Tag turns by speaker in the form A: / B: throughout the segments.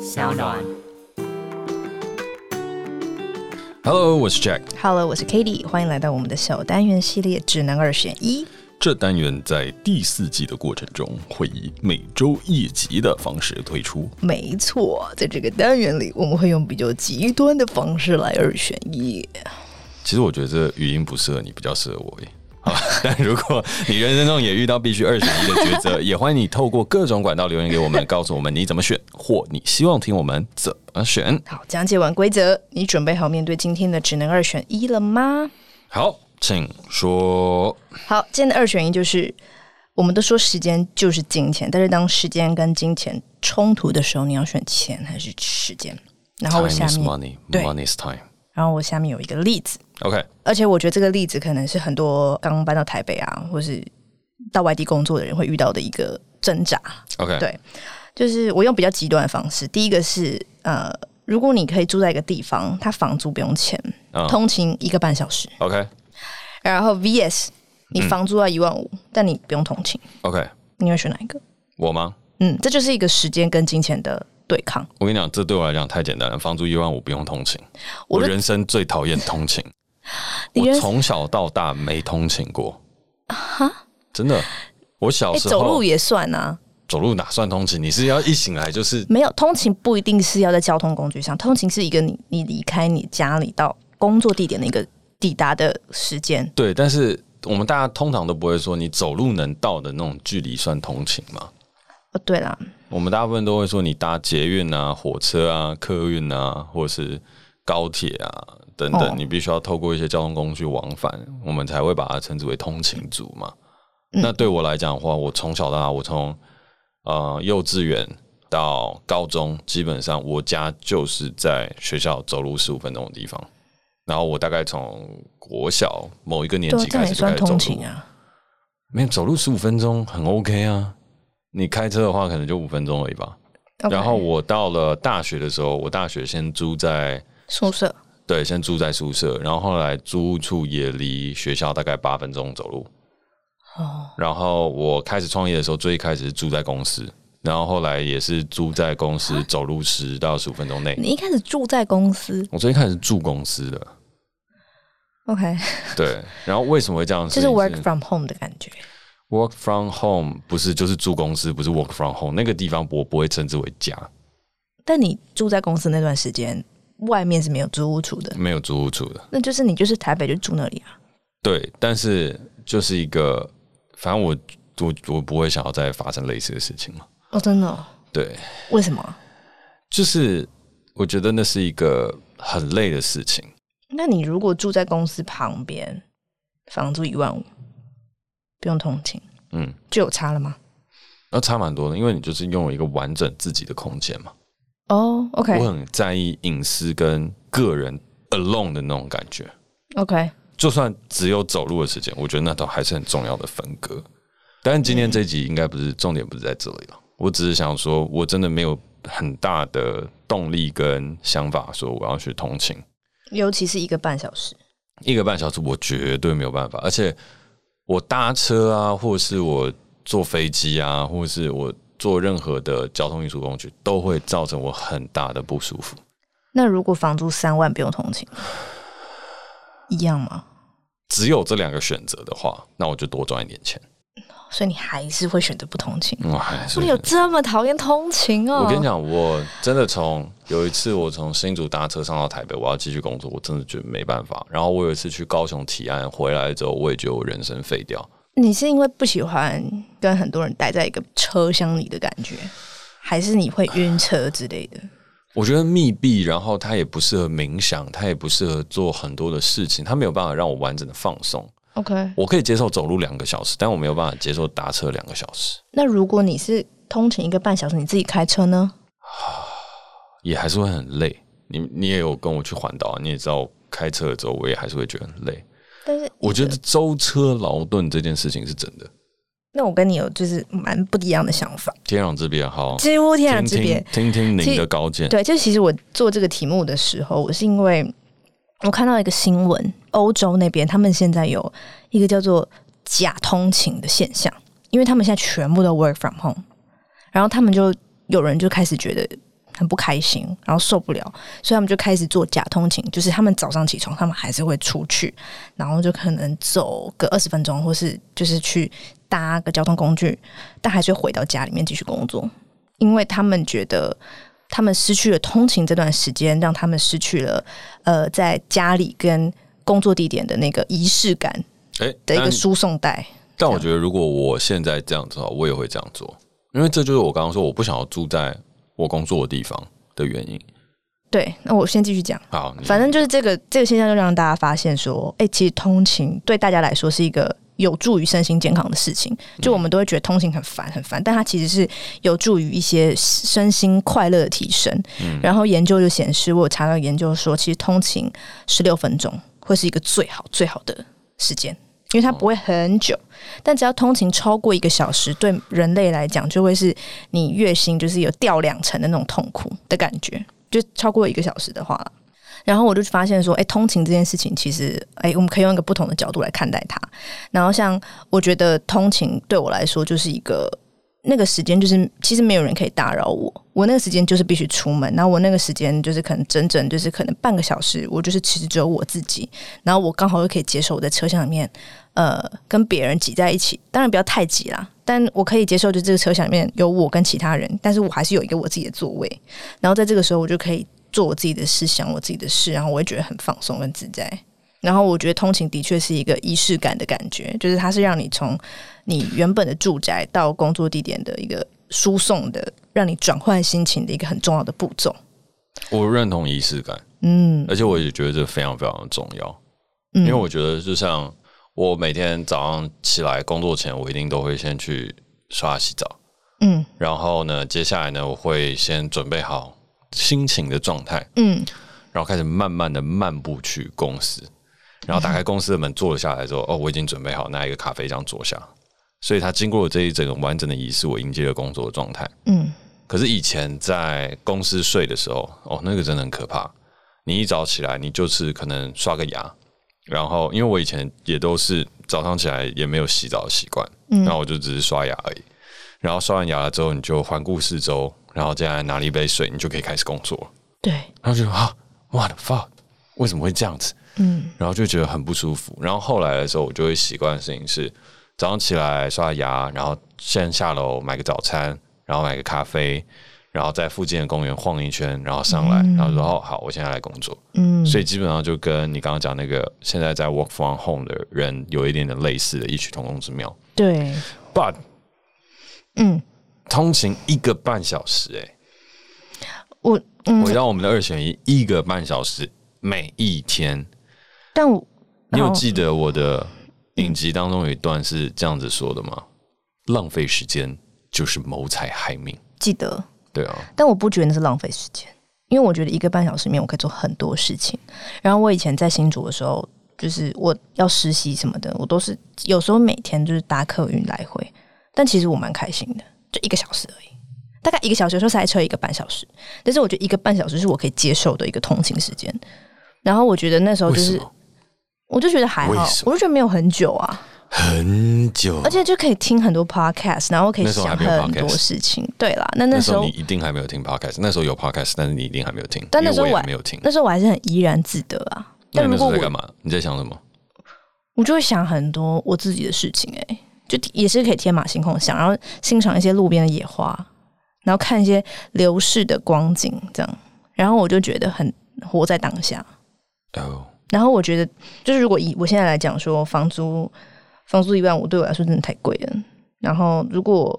A: 小暖。
B: Hello，我是 Jack。
C: Hello，我是 k a t i e 欢迎来到我们的小单元系列指南二选一。
B: 这单元在第四季的过程中，会以每周一集的方式推出。
C: 没错，在这个单元里，我们会用比较极端的方式来二选一。
B: 其实我觉得这语音不适合你，比较适合我 耶。好吧，但如果你人生中也遇到必须二选一的抉 择，也欢迎你透过各种管道留言给我们，告诉我们你怎么选，或你希望听我们怎么选。
C: 好，讲解完规则，你准备好面对今天的指南二选一了吗？
B: 好，请说。
C: 好，今天的二选一就是，我们都说时间就是金钱，但是当时间跟金钱冲突的时候，你要选钱还是时间？然后
B: Time
C: 我下
B: is
C: 面，
B: money,
C: 对
B: money is time.
C: 然后我下面有一个例子，
B: OK，
C: 而且我觉得这个例子可能是很多刚搬到台北啊，或是到外地工作的人会遇到的一个挣扎。
B: OK，
C: 对就是我用比较极端的方式，第一个是呃，如果你可以住在一个地方，它房租不用钱，
B: 嗯
C: 通勤一个半小时，
B: ，OK，OK，
C: 然后 VS
B: 嗯
C: 你房租要一万五、但你不用通勤，你会选哪一个？
B: 我吗？
C: 嗯，这就是一个时间跟金钱的对抗。
B: 我跟你讲，这对我来讲太简单了，房租一万五不用通勤。
C: 我
B: 我
C: 的
B: 人生最讨厌通勤，
C: 你
B: 我
C: 人
B: 从小到大没通勤过。真的，我小
C: 哎、
B: 时候、
C: 走路也算啊，
B: 走路哪算通勤？你是要一醒来就是
C: 没有通勤不一定是要在交通工具上，通勤是一个你你离开你家里到工作地点的一个抵达的时间。
B: 对，但是我们大家通常都不会说你走路能到的那种距离算通勤嘛。
C: 哦，对啦，
B: 我们大部分都会说你搭捷运啊、火车啊、客运啊，或者是高铁啊等等，
C: 哦
B: 你必须要透过一些交通工具往返，我们才会把它称之为通勤族嘛。
C: 嗯
B: 那对我来讲的话，我从小到大，我从呃幼稚园到高中，基本上我家就是在学校走路十五分钟的地方。然后我大概从国小某一个年
C: 对啊
B: 级，
C: 这样
B: 开
C: 也
B: 始就开
C: 算
B: 始走
C: 通
B: 路
C: 勤，啊。
B: 没有走路十五分钟很 OK 啊。你开车的话，可能就五分钟而已吧。
C: OK，
B: 然后我到了大学的时候，我大学先住在
C: 宿舍
B: 对，先住在宿舍，然后后来租屋处也离学校大概八分钟走路。
C: 哦，
B: 然后我开始创业的时候，最一开始是住在公司，然后后来也是住在公司，走路十到十五分钟内。
C: 你一开始住在公司
B: 我最一开始住公司的，
C: ，OK，
B: 对。然后为什么会这样？
C: 就是 work from home 的感觉。
B: work from home 不是就是住公司，不是 work from home 那个地方，我不会称之为家，
C: 但你住在公司那段时间，外面是没有租屋处的，
B: 没有租屋处的。
C: 那就是你就是台北就住那里啊。
B: 对，但是就是一个，反正我我我不会想要再发生类似的事情嘛。
C: 哦，真的、哦？
B: 对，
C: 为什么？
B: 就是我觉得那是一个很累的事情。
C: 那你如果住在公司旁边，房租一万五，不用通勤，
B: 嗯，
C: 就有差了吗？
B: 那差蛮多的，因为你就是拥有一个完整自己的空间嘛。
C: 哦，OK，OK、
B: 我很在意隐私跟个人 alone 的那种感觉，
C: o k
B: 就算只有走路的时间，我觉得那都还是很重要的分割。但是今天这集应该不是重点，不是在这里了。我只是想说，我真的没有很大的动力跟想法，说我要去通勤。
C: 尤其是一个半小时，
B: 一个半小时，我绝对没有办法。而且我搭车啊，或是我坐飞机啊，或是我坐任何的交通运输工具，都会造成我很大的不舒服。
C: 那如果房租三万不用通勤，一样吗？
B: 只有这两个选择的话，那我就多赚一点钱。
C: 所以你还是会选择不通勤？
B: 嗯，还是
C: 你有这么讨厌通勤哦？
B: 我跟你讲，我真的从有一次我从新竹搭车上到台北，我要继续工作，我真的觉得没办法。然后我有一次去高雄提案，回来之后我也觉得我人生废掉。
C: 你是因为不喜欢跟很多人待在一个车厢里的感觉，还是你会晕车之类的？
B: 我觉得密闭，然后它也不适合冥想，它也不适合做很多的事情，它没有办法让我完整的放松。
C: OK，
B: 我可以接受走路两个小时，但我没有办法接受搭车两个小时，
C: 那如果你是通勤一个半小时，你自己开车呢？
B: 也还是会很累。你你也有跟我去环岛啊，你也知道开车的时候，我也还是会觉得很累。
C: 但是
B: 我觉得舟车劳顿这件事情是真的，
C: 那我跟你有就是蛮不一样的想法，
B: 天壤之别。好，
C: 几乎天壤之
B: 听
C: 别。
B: 听听听
C: 其
B: 您
C: 实
B: 的高见。
C: 对，就其实我做这个题目的时候，我是因为我看到一个新闻，欧洲那边他们现在有一个叫做假通勤的现象，因为他们现在全部都 work from home，然后他们就有人就开始觉得很不开心，然后受不了，所以他们就开始做假通勤，就是他们早上起床，他们还是会出去，然后就可能走个二十分钟，或是就是去搭个交通工具，但还是会回到家里面继续工作，因为他们觉得他们失去了通勤这段时间，让他们失去了呃在家里跟工作地点的那个仪式感
B: 哎、
C: 的一个
B: 但
C: 输送带。
B: 但我觉得，如果我现在这样子的话，我也会这样做，因为这就是我刚刚说我不想要住在我工作的地方的原因。
C: 对，那我先继续讲。
B: 好，你
C: 反正就是这个这个现象，就让大家发现说，哎、其实通勤对大家来说是一个有助于身心健康的事情。就我们都会觉得通勤很烦很烦，但它其实是有助于一些身心快乐的提升。然后研究就显示，我有查到研究说，其实通勤十六分钟会是一个最好最好的时间。因为它不会很久，但只要通勤超过一个小时，对人类来讲就会是你月薪就是有掉两成的那种痛苦的感觉，就超过一个小时的话啦然后我就发现说，哎、通勤这件事情其实，哎、我们可以用一个不同的角度来看待它。然后像我觉得通勤对我来说就是一个那个时间，就是其实没有人可以打扰我，我那个时间就是必须出门，然后我那个时间就是可能整整就是可能半个小时，我就是其实只有我自己，然后我刚好又可以接受我在车厢里面，呃，跟别人挤在一起，当然不要太挤啦。但我可以接受，就这个车厢里面有我跟其他人，但是我还是有一个我自己的座位。然后在这个时候，我就可以做我自己的事，想我自己的事，然后我会觉得很放松跟自在。然后我觉得通勤的确是一个仪式感的感觉，就是它是让你从你原本的住宅到工作地点的一个输送的，让你转换心情的一个很重要的步骤。
B: 我认同仪式感，
C: 嗯
B: 而且我也觉得这非常非常的重要，
C: 嗯，
B: 因为我觉得就像我每天早上起来工作前，我一定都会先去刷牙洗澡，
C: 嗯
B: 然后呢，接下来呢，我会先准备好心情的状态，
C: 嗯
B: 然后开始慢慢的漫步去公司，然后打开公司的门坐了下来之后，哦，我已经准备好那一个咖啡这样坐下，所以他经过了这一整个完整的仪式，我迎接了工作的状态。
C: 嗯
B: 可是以前在公司睡的时候，哦，那个真的很可怕。你一早起来，你就是可能刷个牙，然后因为我以前也都是早上起来也没有洗澡的习惯，嗯，那我就只是刷牙而已。然后刷完牙了之后，你就环顾四周，然后接下来拿了一杯水，你就可以开始工作了。
C: 对，
B: 然后就啊，what the fuck，为什么会这样子？
C: 嗯
B: 然后就觉得很不舒服。然后后来的时候，我就会习惯的事情是早上起来刷牙，然后先下楼买个早餐，然后买个咖啡，然后在附近的公园晃一圈，然后上来，然后说哦好，我现在来工作。
C: 嗯
B: 所以基本上就跟你刚刚讲那个现在在 work from home 的人有一点点类似的异曲同工之妙。
C: 对，
B: But
C: 嗯，
B: 通勤一个半小时、欸，
C: 我嗯，
B: 回到我们的二选一，一个半小时每一天。
C: 但我
B: 你有
C: 好
B: 记得我的影集当中有一段是这样子说的吗？浪费时间就是谋财害命。
C: 记得，
B: 对啊，
C: 但我不觉得那是浪费时间，因为我觉得一个半小时里面我可以做很多事情。然后我以前在新竹的时候，就是我要实习什么的，我都是有时候每天就是搭客运来回，但其实我蛮开心的，就一个小时而已。大概一个小时，有时候塞车一个半小时，但是我觉得一个半小时是我可以接受的一个通勤时间。然后我觉得那时候
B: 为
C: 就
B: 什
C: 是，
B: 么？
C: 我就觉得还
B: 为
C: 好
B: 什，么
C: 我就觉得没有很久啊。
B: 很久
C: 而，且就可以听很多 podcast，然后可以
B: 那时候还没
C: 想
B: 有
C: 很
B: podcast
C: 多事情。对啦，那那
B: 那
C: 时
B: 时
C: 候
B: 候你一定还没有听 podcast，那时候有 podcast，但是你一定还没有听，
C: 但
B: 因
C: 那
B: 为
C: 时候
B: 我
C: 我
B: 也
C: 还
B: 没有听。
C: 那时候我还是很怡然自得啊。
B: 那
C: 但
B: 你那
C: 如
B: 时
C: 果
B: 候在干
C: 我
B: 嘛？你在想什么？
C: 我就会想很多我自己的事情、哎，就也是可以天马行空想，然后欣赏一些路边的野花，然后看一些流逝的光景，这样，然后我就觉得很活在当下。
B: 哦，
C: 然后我觉得，就是如果以我现在来讲说，房租房租一万五对我来说真的太贵了。然后如果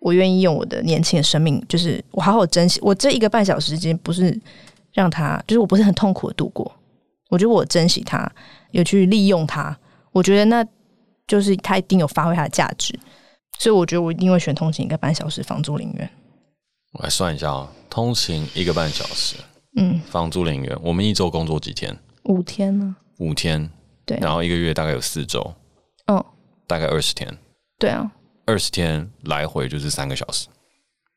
C: 我愿意用我的年轻的生命，就是我好好珍惜我这一个半小时之间，不是让它，就是我不是很痛苦的度过。我觉得我珍惜它，有去利用它，我觉得那就是它一定有发挥它的价值。所以我觉得我一定会选通勤一个半小时房租零元。
B: 我来算一下啊，通勤一个半小时，
C: 嗯，
B: 房租零元，我们一周工作几天？
C: 五天呢、
B: 五天，
C: 对
B: 然后一个月大概有四周，
C: 嗯，
B: 大概二十天，
C: 对啊，
B: 二十天来回就是三个小时，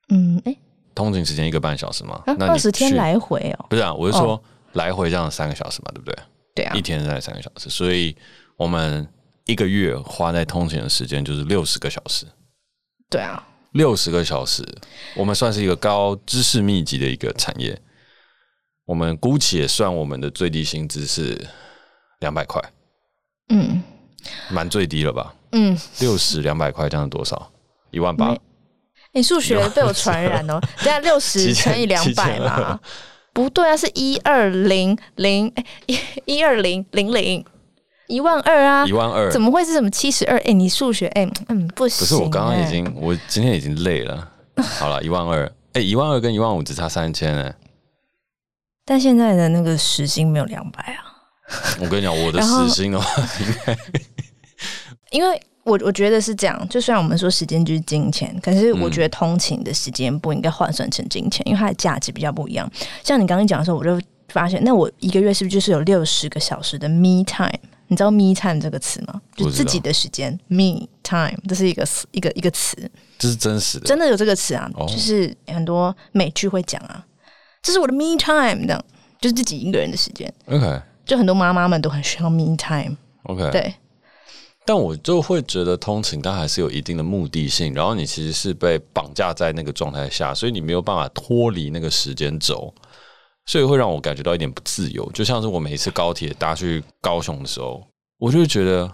C: 嗯，哎、
B: 通勤时间一个半小时嘛，那
C: 啊
B: 你
C: 二十天
B: 去
C: 来回哦、
B: 不是啊，我是说来回这样三个小时嘛，对不对？
C: 对啊
B: 一，天大概三个小时，所以我们一个月花在通勤的时间就是六十个小时，
C: 对啊，
B: 六十个小时，我们算是一个高知识密集的一个产业。我们姑且算我们的最低薪资是两百块，
C: 嗯
B: 蛮最低了吧？
C: 嗯，
B: 六十两百块这样多少？一万八
C: 没？你数学被我传染 哦，等下六十
B: 七千
C: 乘以两百嘛，不对啊，是一二零零一一二零零零一万二啊
B: 一，万二？
C: 怎么会是什么七十二？哎，你数学哎、嗯不行、
B: 不是，我刚刚已
C: 哎
B: 经，我今天已经累了。好了，一万二，哎，一万二跟一万五只差三千哎。
C: 但现在的那个时薪没有两百啊，
B: 我跟你讲，我的
C: 然后
B: 时薪的话，应该
C: 因为我我觉得是这样，就虽然我们说时间就是金钱，可是我
B: 嗯
C: 觉得通勤的时间不应该换算成金钱，因为它的价值比较不一样。像你刚刚讲的时候，我就发现，那我一个月是不是就是有六十个小时的 me time？你知道 me time 这个词吗？就
B: 不知道
C: 自己的时间 me time，这是一个词一个一个词，
B: 这是真实的。
C: 真的有这个词啊，
B: 哦
C: 就是很多美剧会讲啊，这是我的 me time 这样，就是自己一个人的时间。
B: OK
C: 就很多妈妈们都很需要 me time，
B: OK，
C: 对，
B: 但我就会觉得通勤它还是有一定的目的性，然后你其实是被绑架在那个状态下，所以你没有办法脱离那个时间轴，所以会让我感觉到一点不自由。就像是我每一次高铁搭去高雄的时候，我就会觉得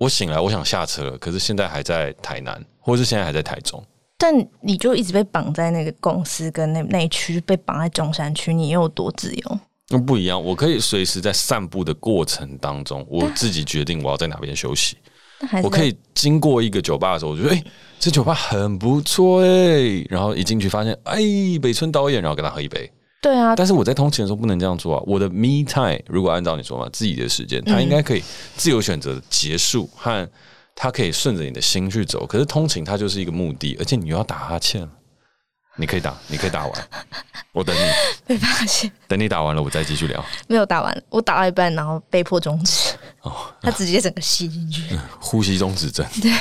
B: 我醒来我想下车了，可是现在还在台南，或是现在还在台中。
C: 但你就一直被绑在那个公司跟那那一区，被绑在中山区，你又有多自由？
B: 那不一样，我可以随时在散步的过程当中，我自己决定我要在哪边休息。
C: 那还是
B: 我可以经过一个酒吧的时候，我就觉得哎、这酒吧很不错哎、然后一进去发现哎、北村导演，然后跟他喝一杯。
C: 对啊，
B: 但是我在通勤的时候不能这样做啊，我的 me time 如果按照你说嘛，自己的时间，它应该可以自由选择结束和它可以顺着你的心去走。可是通勤它就是一个目的，而且你又要打哈欠，你可以打，你可以打完，我等你，
C: 被发现
B: 等你打完了我再继续聊。
C: 没有打完， 我打到一半，然后被迫终 止，
B: 哦
C: 他直接整个吸进去。
B: 呼吸中 止症。对，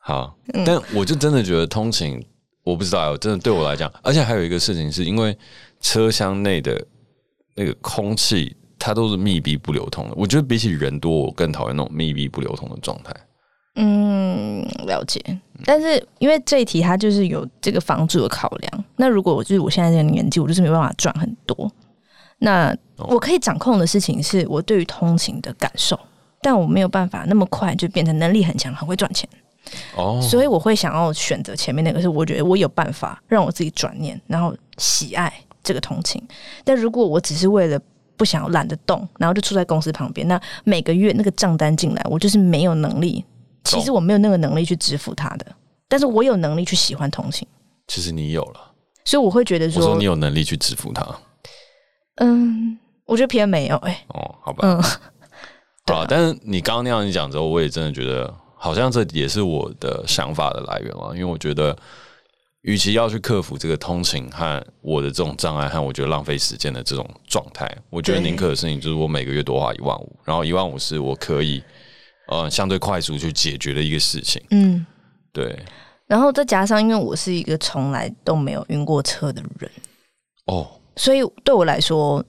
B: 好，
C: 嗯
B: 但我就真的觉得通勤，我不知道，真的对我来讲，而且还有一个事情是因为车厢内的那个空气，它都是密闭不流通的。我觉得比起人多，我更讨厌那种密闭不流通的状态。
C: 嗯，了解。但是因为这一题它就是有这个房租的考量，那如果我就是我现在这个年纪，我就是没办法赚很多。那我可以掌控的事情是我对于通勤的感受，但我没有办法那么快就变成能力很强、很会赚钱，
B: 哦，
C: 所以我会想要选择前面那个，是我觉得我有办法让我自己转念，然后喜爱这个通勤。但如果我只是为了不想要懒得动，然后就住在公司旁边，那每个月那个账单进来，我就是没有能力。其实我没有那个能力去支付它的，但是我有能力去喜欢通勤，
B: 其实你有了，
C: 所以我会觉得
B: 我
C: 说，
B: 说你有能力去支付它。
C: 嗯，我觉得偏没有、哎，
B: 哦，好吧，
C: 嗯，对
B: 好
C: 啊
B: 啊。但是你刚刚那样一讲之后，我也真的觉得，好像这也是我的想法的来源了。因为我觉得，与其要去克服这个通勤和我的这种障碍，和我觉得浪费时间的这种状态，我觉得
C: 对
B: 宁可的事情就是我每个月多花一万五，然后一万五是我可以呃相对快速去解决的一个事情。
C: 嗯。
B: 对，
C: 然后再加上，因为我是一个从来都没有晕过车的人，
B: 哦，
C: 所以对我来说，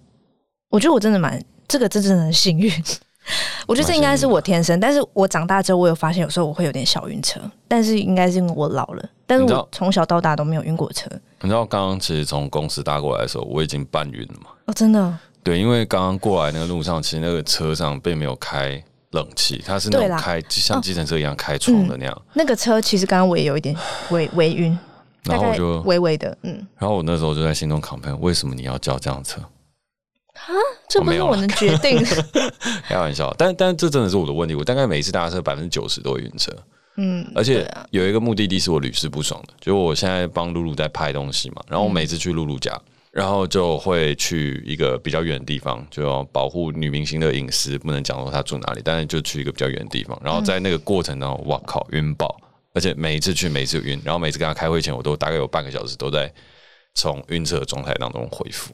C: 我觉得我真的蛮这个，真的很幸运。 我觉得这应该是我天生，但是我长大之后，我有发现有时候我会有点小晕车，但是应该是因为我老了。但是
B: 你知
C: 我
B: 道
C: 从小到大都没有晕过车
B: 你知道刚刚其实从公司搭过来的时候，我已经半晕了嘛。
C: 哦，真的。
B: 对，因为刚刚过来那个路上，其实那个车上并没有开冷气，它是那
C: 对
B: 种
C: 啦哦嗯
B: 开就像计程车一样开窗的那样。
C: 那个车其实刚刚我也有一点微微晕，大
B: 然后我
C: 概
B: 就，
C: 微微的，嗯，
B: 然后我那时候就在心中 complain，为什么你要叫这辆车？
C: 这不
B: 没
C: 是
B: 有
C: 我
B: 啦
C: 能决 定的。
B: 开玩笑，但但这真的是我的问题。我大概每一次搭车百分之九十都会晕车，
C: 嗯，
B: 而
C: 对
B: 且
C: 啊
B: 有一个目的地是我屡试不爽的，就我现在帮露露在拍东西嘛，然后我每次去露露家。
C: 嗯
B: 然后就会去一个比较远的地方，就要保护女明星的隐私，不能讲说她住哪里，但是就去一个比较远的地方。然后在那个过程当中，哇靠，晕爆！而且每一次去，每一次晕，然后每次跟她开会前，我都大概有半个小时都在从晕车的状态当中恢复。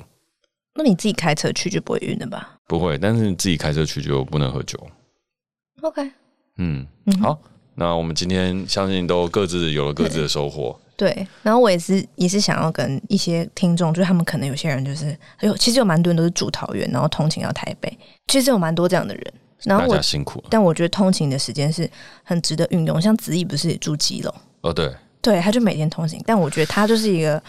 C: 那你自己开车去就不会晕了吧
B: 不会，但是自己开车去就不能喝酒。
C: ？OK，
B: 嗯，
C: 嗯哼
B: 好，那我们今天相信都各自有了各自的收获。
C: 对，然后我也是也是想要跟一些听众，就是他们可能有些人就是，哎呦，其实有蛮多人都是住桃园，然后通勤到台北，其实有蛮多这样的人。然后
B: 大
C: 我
B: 家，辛苦了。
C: 但我觉得通勤的时间是很值得运用。像子毅不是也住基隆，
B: 哦，对，
C: 对，他就每天通勤，但我觉得他就是一个，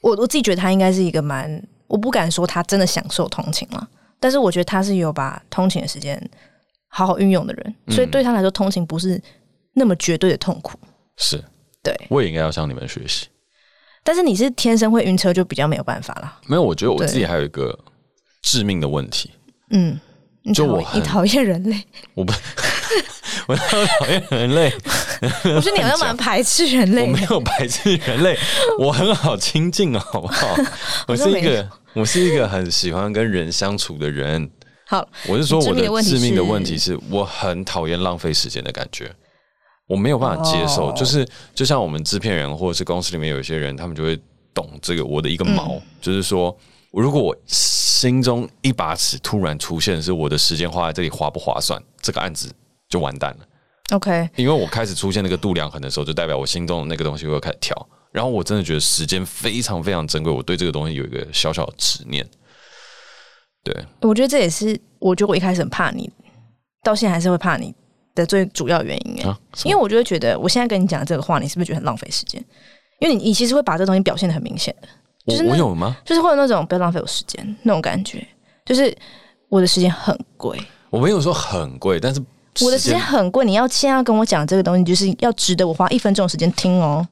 C: 我我自己觉得他应该是一个蛮，我不敢说他真的享受通勤了，但是我觉得他是有把通勤的时间好好运用的人，所以对他来说，通勤不是那么绝对的痛苦。
B: 是
C: 对，
B: 我也应该要向你们学习。
C: 但是你是天生会晕车，就比较没有办法啦。
B: 没有，我觉得我
C: 对
B: 自己还有一个致命的问题，
C: 嗯，你
B: 就
C: 讨
B: 我
C: 你
B: 很
C: 讨厌人 类，
B: 我 不，我哪有讨厌人类，
C: 我觉得你好像蛮排斥人
B: 我
C: 类
B: 没
C: 的。
B: 有排斥人 类，我很好亲近，好不好？我是
C: 像
B: 一
C: 没
B: 个，我是一个很喜欢跟人相处的人。
C: 好，
B: 我是说，我
C: 你致命的问题
B: 致命的问
C: 是
B: 题是我很讨厌浪费时间的感觉，我没有办法接受。
C: 哦
B: 就是就像我们制片人或者是公司里面有一些人，他们就会懂这个我的一个毛，
C: 嗯
B: 就是说，如果我心中一把尺突然出现，是我的时间花在这里划不划算，这个案子就完蛋了。
C: OK，
B: 因为我开始出现那个度量衡的时候，就代表我心中的那个东西会开始跳。然后我真的觉得时间非常非常珍贵，我对这个东西有一个小小的执念。对，
C: 我觉得这也是我觉得我一开始很怕你，到现在还是会怕你的最主要原因、欸
B: 啊什么
C: 因为我就会觉得我现在跟你讲这个话，你是不是觉得很浪费时间？因为你你其实会把这东西表现的很明显的，
B: 我
C: 就是那
B: 我有吗？
C: 就是会有那种不要浪费我时间那种感觉，就是我的时间很贵，
B: 我没有说很贵，但是
C: 我的时间很贵，你要现在要跟我讲这个东西，就是要值得我花一分钟的时间听哦。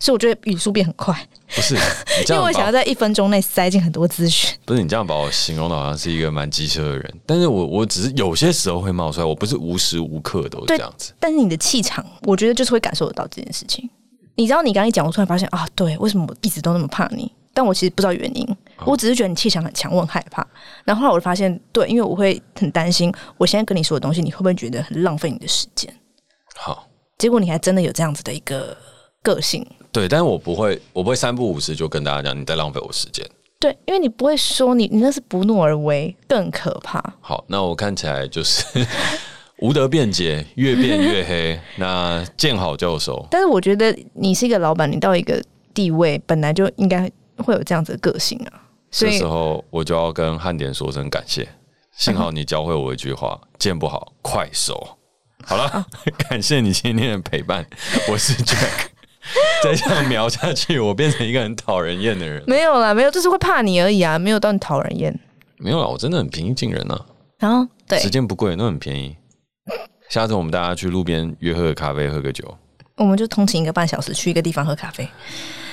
C: 所以我觉得语速变很快，
B: 不是 你这
C: 因
B: 样
C: 为我想要
B: 把
C: 在一分钟内塞进很多资讯。
B: 不是你这样把我形容的好像是一个蛮机车的人，但是我我只是有些时候会冒出来，我不是无时无刻都是这
C: 对
B: 样子。
C: 但是你的气场，我觉得就是会感受得到这件事情。你知道，你刚刚一讲，我突然发现啊，对，为什么我一直都那么怕你？但我其实不知道原因，我只是觉得你气场很强，我很害怕。然后后来我就发现，对，因为我会很担心，我现在跟你说的东西，你会不会觉得很浪费你的时间？
B: 好，
C: 结果你还真的有这样子的一个个性，
B: 对，但是我不会，我不会三不五时就跟大家讲你在浪费我时间。
C: 对，因为你不会说你，你那是不怒而为，更可怕。
B: 好，那我看起来就是 无得辩解，越辩越黑。那见好就收，
C: 但是我觉得你是一个老板，你到一个地位，本来就应该会有这样子的个性啊。所
B: 这
C: 以
B: 时候我就要跟汉典说声感谢。幸好你教会我一句 话：见不好快收。好
C: 哦
B: 了，感谢你今天的陪伴，我是 Jack。再这样聊下去，我变成一个很讨人厌的人。
C: 没有啦，没有，就是会怕你而已啊，没有到你讨人厌。
B: 没有啦，我真的很平易近人啊，
C: 然后对
B: 时，间不贵，那很便宜。下次我们大家去路边约喝个咖啡，喝个酒。
C: 我们就通勤一个半小时去一个地方喝咖啡。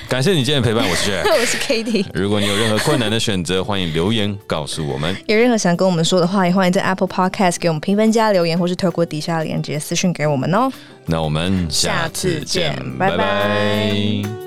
B: 感谢你今天的陪伴，我是 Jack。
C: 我是 Kitty，
B: 如果你有任何困难的选择，欢迎留言告诉我们。
C: 有任何想跟我们说的话，也欢迎在 Apple Podcast 给我们评分加留言，或是透过底下链接私讯给我们哦。
B: 那我们下次见，
C: 下次见拜拜
B: 拜拜